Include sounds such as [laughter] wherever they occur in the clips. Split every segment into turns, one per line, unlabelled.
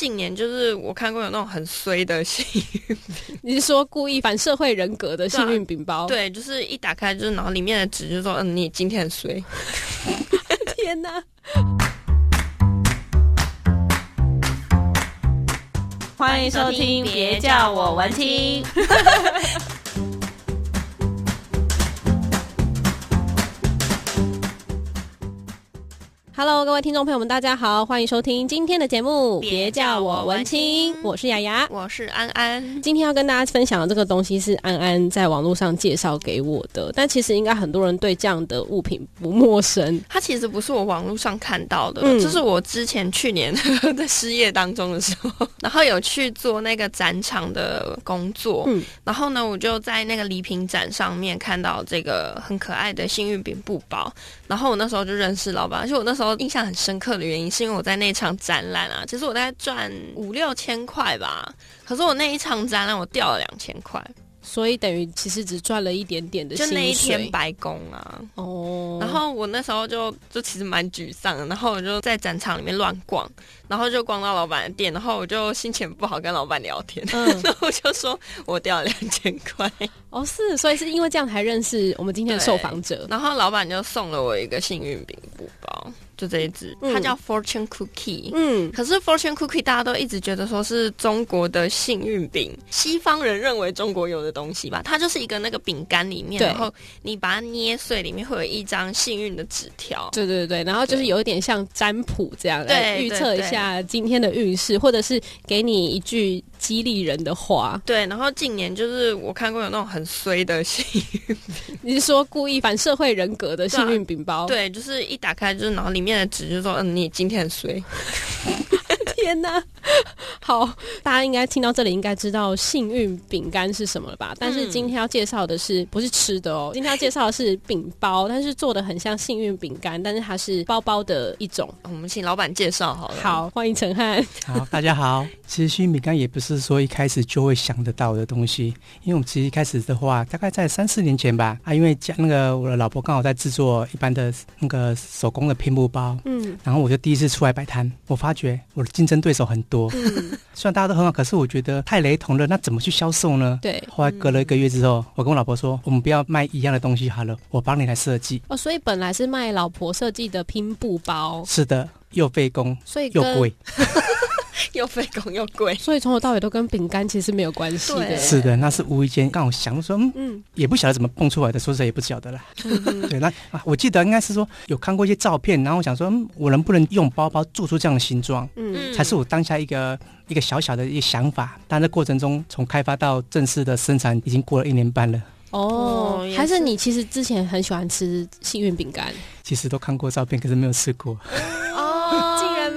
近年就是我看过有那种很衰的幸运，
你是说故意反社会人格的幸运饼包？
[laughs] 对，就是一打开就是然后里面的纸就说，嗯，你今天很衰。
啊
天哪！
欢迎收听，别叫我文青。
[laughs] Hello，各位听众朋友们，大家好，欢迎收听今天的节目。
别
别
叫
叫我
我
文
文
青
青，
我是雅雅。
我是安安，
今天要跟大家分享的这个东西是安安在网络上介绍给我的，但其实应该很多人对这样的物品不陌生。
它其实不是我网络上看到的，
嗯
这是我之前去年 [laughs] 在失业当中的时候， [laughs] 然后有去做那个展场的工作，
嗯
然后呢，我就在那个礼品展上面看到这个很可爱的幸运饼布包，然后我那时候就认识老板，而且我那时候印象很深刻的原因，是因为我在那场展览啊，其实我大概赚五六千块吧，可是我那一场展览我掉了两千块，
所以等于其实只赚了一点点的
就
薪水。
那一天白工啊，
哦，
然后我那时候就就其实蛮沮丧的，然后我就在展场里面乱逛，然后就逛到老板的店，然后我就心情不好跟老板聊天，
嗯，
[laughs] 然后我就说我掉了两千
[laughs]
块，
哦是，所以是因为这样才认识我们今天的受访者。
然后老板就送了我一个幸运饼布包，就这一只，
嗯
它叫 Fortune Cookie。
嗯，
可是 fortune cookie 大家都一直觉得说是中国的幸运饼，西方人认为中国有的东西吧，它就是一个那个饼干里面，
对
然后你把它捏碎，里面会有一张幸运的纸条。
对对对，然后就是有一点像占卜这样，
对
来预测一下今天的运势，或者是给你一句激励人的话。
对，然后近年就是我看过有那种很衰的幸运，
你是说故意反社会人格的幸运饼
[laughs]
包？，
对，啊就是一打开就是然后里面的纸就说，嗯，你今天很衰。
天哪！ [laughs] 好，大家应该听到这里应该知道幸运饼干是什么了吧？但是今天要介绍的是不是吃的哦？今天要介绍的是饼包，但是做的很像幸运饼干，但是它是包包的一种。
我们请老板介绍好了。，
好，欢迎陈汉。
好，大家好。其实幸运饼干也不是说一开始就会想得到的东西，因为我们其实一开始的话，大概在三四年前吧，啊，因为家那个我的老婆刚好在制作一般的那个手工的拼布包，
嗯
然后我就第一次出来摆摊，我发觉我的竞争对手很多，
嗯，
[laughs] 虽然大家都很好，可是我觉得太雷同了，那怎么去销售呢？
对。
后来隔了一个月之后，我跟我老婆说，我们不要卖一样的东西好了，我帮你来设计。
哦，所以本来是卖老婆设计的拼布包，
是的，又费工
所以
又
跟
贵，
[laughs] 又费工又贵。
所以从头到尾都跟饼干其实没有关系
对
的。
是的，那是无意间刚好想说，嗯，
嗯，
也不晓得怎么蹦出来的，说实在也不晓得啦。
嗯哼
对，那啊，我记得应该是说有看过一些照片，然后我想说，嗯，我能不能用包包做出这样的形状，
嗯，
嗯
才是我当下一个一个小小的一个想法。但这过程中，从开发到正式的生产，已经过了一年半了。
哦
哦，
还
也
是
是
你其实之前很喜欢吃幸运饼干，
其实都看过照片，可是没有吃过。
[laughs]
哦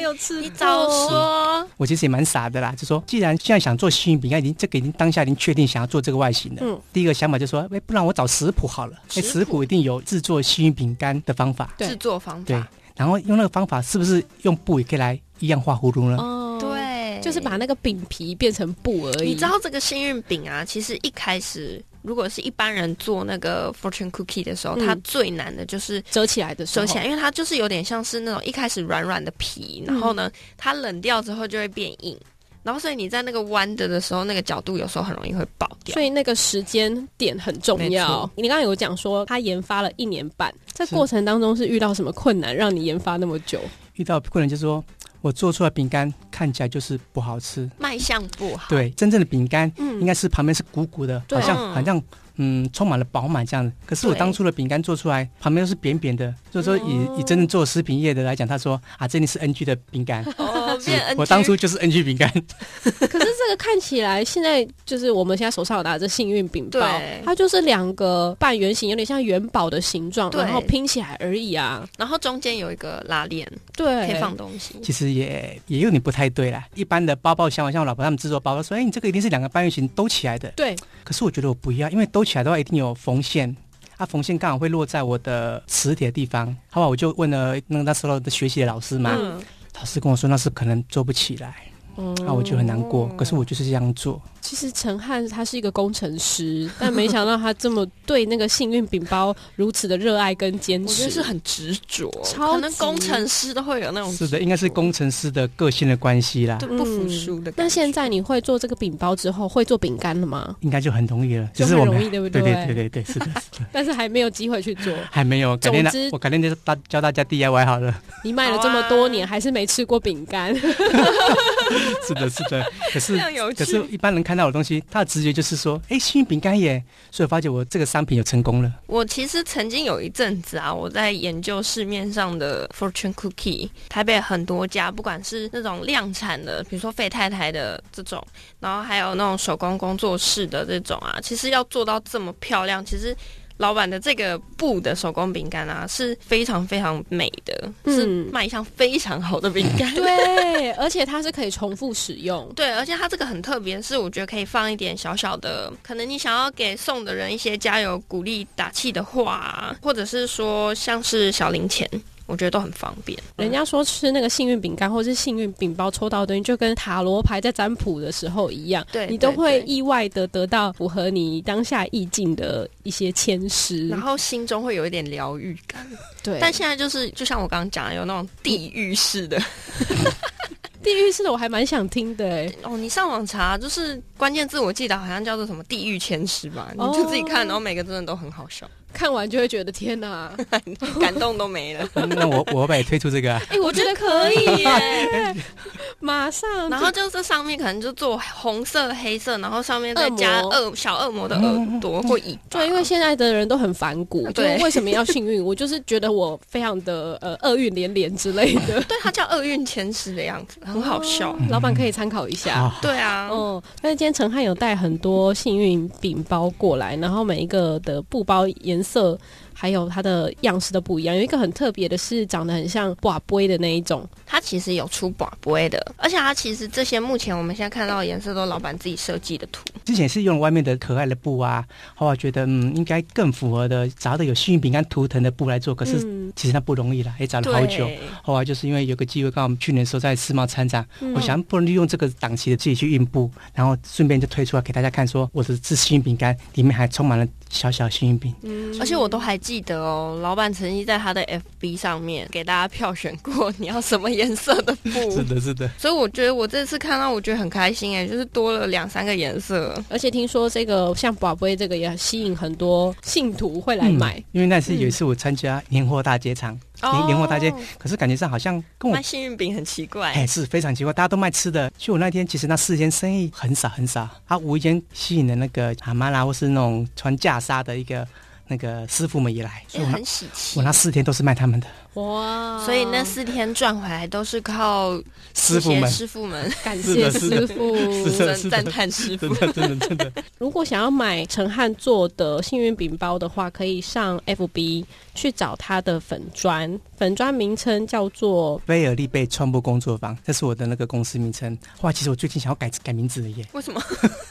有吃
你早说。
我其实也蛮傻的啦，就说既然现在想做幸运饼干，已经这个已经当下已经确定想要做这个外形了。
嗯
第一个想法就说，哎、不然我找食谱好了。哎、
食谱
食谱一定有制作幸运饼干的方法。
对哦
制作方
对
法，，
然后用那个方法，是不是用布也可以来一样画葫芦呢？
哦，，
对
就是把那个饼皮变成布而已。
哎你知道这个幸运饼啊，其实一开始如果是一般人做那个 fortune cookie 的时候，
嗯
它最难的就是
折起来的时候，
收起来，因为它就是有点像是那种一开始软软的皮，
嗯
然后呢，它冷掉之后就会变硬，然后所以你在那个弯的的时候，那个角度有时候很容易会爆掉。
所以那个时间点很重
没
要
错。
你刚刚有讲说他研发了一年半，这
是
过程当中是遇到什么困难让你研发那么久？
遇到困难就是说我做出来饼干看起来就是不好吃。
卖相不好，
对，真正的饼干
哦嗯
应该是旁边是鼓鼓的，
对哦
嗯
好像好像嗯充满了饱满这样子。可是我
对
当初的饼干做出来，旁边都是扁扁的，所以说以、
哦
以真正做食品业的来讲，他说啊，这里是 NG 的饼
[laughs]
干。
哦，变 NG。
[laughs] 我当初就是 NG 饼干，
[laughs]
[laughs]
可是这个看起来，现在就是我们现在手上有拿着幸运饼包
对，
它就是两个半圆形，有点像元宝的形状，
对
然后拼起来而已啊。
然后中间有一个拉链，可
对，
以放东西。
其实也也有点不太对啦。一般的包包像我像我老婆他们制作包包说，哎、你这个一定是两个半月形兜起来的。
对，
可是我觉得我不要，因为兜起来的话一定有缝线，啊，缝线刚好会落在我的磁铁的地方。好吧，我就问了那个那时候的学习的老师嘛，
嗯
老师跟我说那是可能做不起来，
嗯
啊，我就很难过。可是我就是这样做，
其实陈汉他是一个工程
[laughs]
师，但没想到他这么对那个幸运饼包如此的热爱跟坚
我觉
持。
得是很执着，
超
可能
级
工程师都会有那种
是的，应该是工程师的个性的关系啦
对，
嗯
不服输的感觉、
那现在你会做这个饼包之后，会做饼干了吗？
应该就很容易了。
就
只是
很
我
容
们
易对不
对
对
对对对，是的，是的
但是还没有机会去
[laughs]
做。
还没有。改天呢
总之，
我改天就大教大家 DIY 好了。 [laughs]
你卖了这么多
啊
年，还是没吃过饼
[laughs]
干，
是的，是的。可
非
是
常有趣，
可是，一般人看到我的东西，他的直觉就是说，哎，幸运饼干耶！所以我发现我这个商品有成功了。
我其实曾经有一阵子啊，我在研究市面上的 fortune cookie，台北很多家，不管是那种量产的，比如说费太太的这种，然后还有那种手工工作室的这种啊，其实要做到这么漂亮，其实。老板的这个布的手工饼干啊，是非常非常美的，
嗯
是卖相非常好的饼干。
对，而且它是可以重复使用。
对，而且它这个很特别，是我觉得可以放一点小小的，可能你想要给送的人一些加油、鼓励、打气的话啊，或者是说像是小零钱，我觉得都很方便。
人家说吃那个幸运饼干或是幸运饼包抽到的东西，就跟塔罗牌在占卜的时候一样，
对
你都
对
会
对
意外的得到符合你当下意境的一些签诗。
然后心中会有一点疗愈感。
对，
但现在就是，就像我刚刚讲的，有那种地狱式的
地狱式的我还蛮想听的、欸，
[laughs] 哦。你上网查，就是关键字，我记得好像叫做什么“地狱前十”吧，你
哦
就自己看，然后每个真的都很好笑，
看完就会觉得天哪，
感动都没 [laughs] 了。
[laughs] 那那我我要不要也推出这个、啊？
[laughs] 哎、我觉得可以耶， [laughs] 马上
然后就这上面可能就做红色、黑色，然后上面再加
恶魔
恶小恶魔的嗯耳朵或尾巴。
对，因为现在的人都很反骨，就
对
是为什么要幸运？ [laughs] 我就是觉得我非常的呃厄运连连之类
[laughs]
的，
对它叫厄运前十的样子，很好笑。
老板可以参考一下。
嗯好，
哦对啊，
哦，但是今天陈汉有带很多幸运饼包过来，然后每一个的布包颜色还有它的样式都不一样。有一个很特别的是长得很像瓦杯的那一种，
它其实有出宝贝的，而且它其实这些目前我们现在看到的颜色都是老板自己设计的图。
[laughs] 之前是用外面的可爱的布啊，后来觉得嗯，应该更符合的，找的有幸运饼干图腾的布来做。可是
嗯
其实它不容易啦，也找了好久。
对，
后来就是因为有个机会，刚好我们去年的时候在世贸参展，
嗯
我想不能利用这个档期的自己去运布，然后顺便就推出来给大家看，说我的这幸运饼干里面还充满了小小幸运饼。
嗯
而且我都还记得哦，老板曾经在他的 FB 上面给大家票选过你要什么颜色的布
是。的，是的，
所以我觉得我这次看到，我觉得很开心哎，就是多了两三个颜色。
而且听说这个像宝贝这个也吸引很多信徒会来买。
因为那次有一次我参加年货大街场，
哦
年年货大街，可是感觉上好像跟我
卖幸运饼很奇怪。
哎，是非常奇怪，大家都卖吃的。就我那天，其实那四间生意很少很少，他无意间吸引了那个阿妈啦，或是那种穿袈裟的一个那个师傅们也来，所
也
以我那
哎很喜气
我。那四天都是卖他们的 [laughs]
哇！
所以那 [laughs] 四天赚回来都是靠
师傅
这
们
些，师傅们，
感
是
谢
的是
师
的
傅。
[laughs] 是的
赞赞叹师傅
真。的真的真的，
如果想要买陈汉做的幸运饼包的话，可以上 FB 去找他的粉砖，粉砖名称叫做
菲尔利贝传播工作坊，这是我的那个公司名称。哇，其实我最近想要改改名字了耶，
[laughs] 为什么？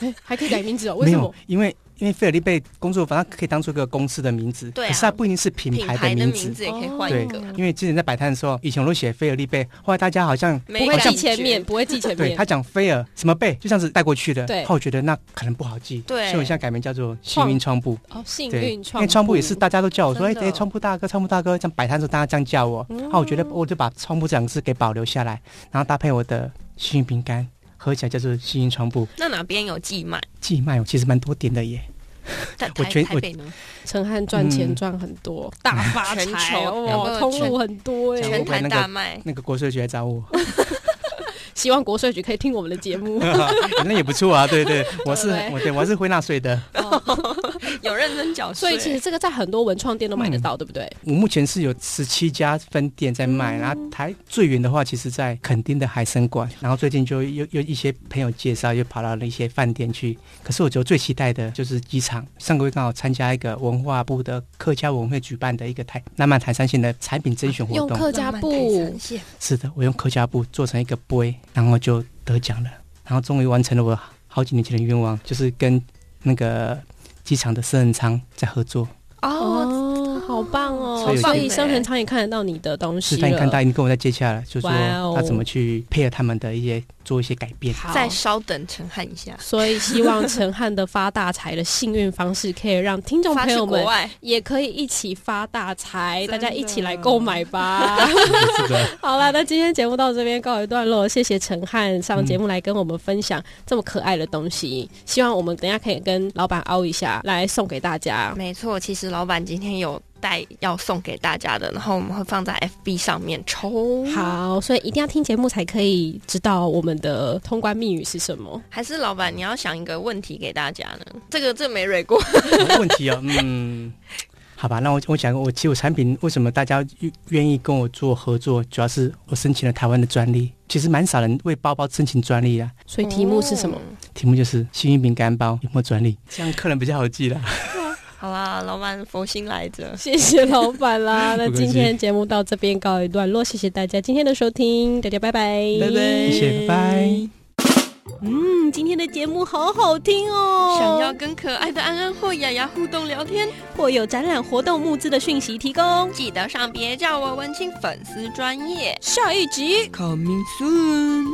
哎，还可以改名字哦？为
没
什么
有？，因为因为菲尔利贝工作坊它可以当做一个公司的名字，
对啊
可是它不一定是品
品
牌
牌的
名字
名。字也可以换
对
一个，，
因为之前在摆摊的时候，以前我都写菲尔利贝，后来大家好像
没
不会
感觉
记前面，。不会记前
对
面
他。讲菲尔什么贝，就像是带过去的。
对
后来我觉得那可能不好记，
对
所以我现在改名叫做幸运窗布。
哦，幸
对，
运
因
创，
为窗布也是大家都叫我说，哎，
真的
哎，窗布大哥，窗布大哥，这样摆摊的时候大家这样叫我，然后我觉得哦我就把窗布这两个字给保留下来，然后搭配我的幸运饼干，合起来叫做幸运窗布。
那哪边有寄卖？
寄卖我其实蛮多点的耶，
但
我
台
觉得
台北呢？
陈汉赚钱
嗯
赚很多，大发
全球
财哦，
全
通路很多
全
哎
全。台
那个
大
[laughs]
卖。
那个国税局来找我， [laughs]
希望国税局可以听我们的节
[laughs]
目。
那也不错啊。对对，我是
对
我对我还是会纳税的。
有认真缴
所以其实
税。
这个在很多文创店都买得
嗯
到，对不对？
我目前是有十七家分店在
嗯
卖，然后台最远的话，其实在垦丁的海参馆，然后最近就又又一些朋友介绍，又跑到了一些饭店去。可是我觉得最期待的就是机场。上个月刚好参加一个文化部的客家文会举办的一个台南满台山县的产品甄选活
用
动，
客家
浪漫
布
台，三线
是的，我用客家布做成一个杯，然后就得奖了，然后终于完成了我好几年前的愿望，就是跟那个机场的私人仓在合作。
哦，
哦，好好棒哦
所！以
所
有
以
些
商城仓也看得到你的东西
是
了。
他看到你跟我在接洽了，就说
哇哦
他怎么去配合他们的一些做一些改变。 [laughs]
好
再稍等陈汉一下，
所以希望陈汉的发大财的幸运方式，可以让听众
发
朋
去
友
国
们
外。
也可以一起发大财，
真
大
的
家一起来购买
[laughs]
吧。
是的，
好啦，那今天节目到这边告一段落，谢谢陈汉
嗯
上节目来跟我们分享这么可爱的东西，希望我们等一下可以跟老板凹一下，来送给大家。
没错，其实老板今天有带要送给大家的，然后我们会放在 FB 上面抽。，
好，所以一定要听节目才可以知道我们的通关密语是什么。
还是老板你要想一个问题给大家呢？这个这没蕊过，
问题哦，嗯，好吧，那我我讲，我其实我产品为什么大家愿愿意跟我做合作，主要是我申请了台湾的专利，其实蛮少人为包包申请专利啊。
所 [laughs] 以题目是什么？
哦
题目就是幸运饼干包有没有专利，这样客人比较好记啦。
好啦，老板佛心来着，
谢谢老板啦。那
[laughs] 不客气
今天节目到这边告一段落，谢谢大家今天的收听，大家拜拜，
拜拜，谢谢，拜拜。
嗯，今天的节目好好听哦。
想要跟可爱的安安或雅雅互动聊天，
或有展览活动募资的讯息提供，
记得上别叫我文青粉丝专业
下一集。
，Coming soon。